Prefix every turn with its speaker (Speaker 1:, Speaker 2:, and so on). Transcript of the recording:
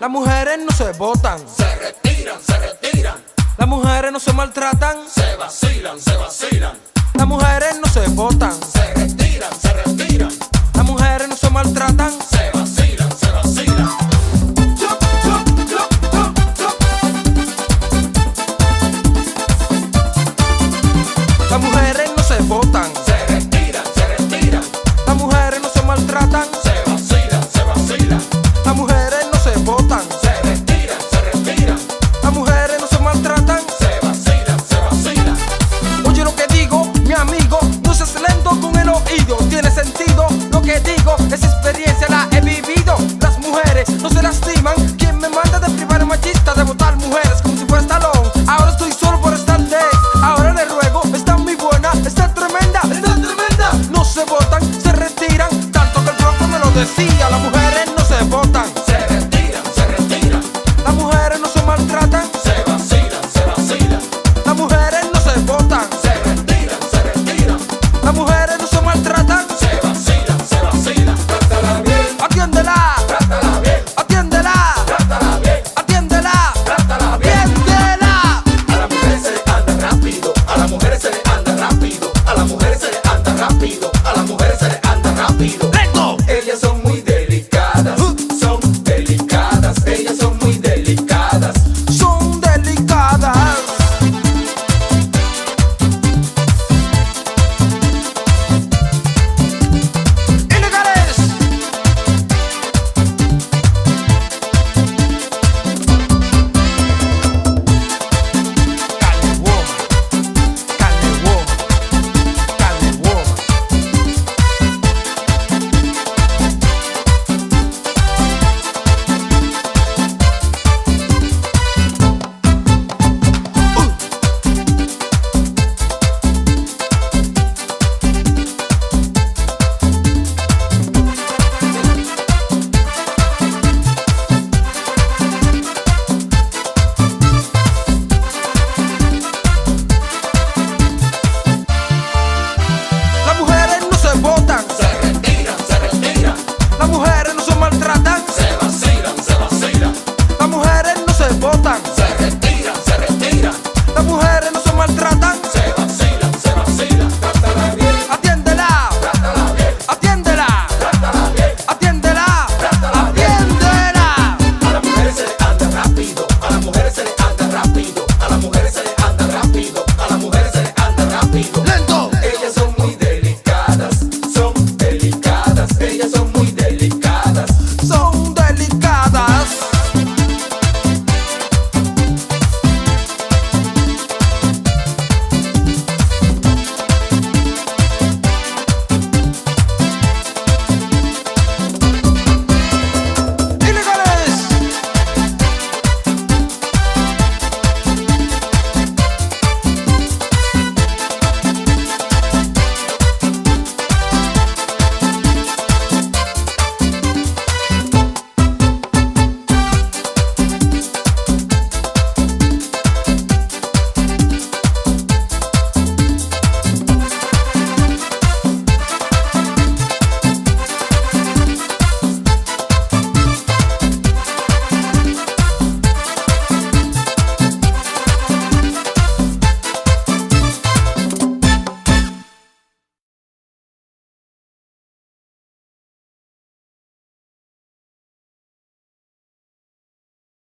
Speaker 1: Las mujeres no se botan.
Speaker 2: se retiran, se retiran,
Speaker 1: Las mujeres no se maltratan.
Speaker 2: se vacilan, se vacilan,
Speaker 1: Las mujeres no se botan.
Speaker 2: se retiran, se retiran,
Speaker 1: Las mujeres no se maltratan.
Speaker 2: se vacilan, se vacilan.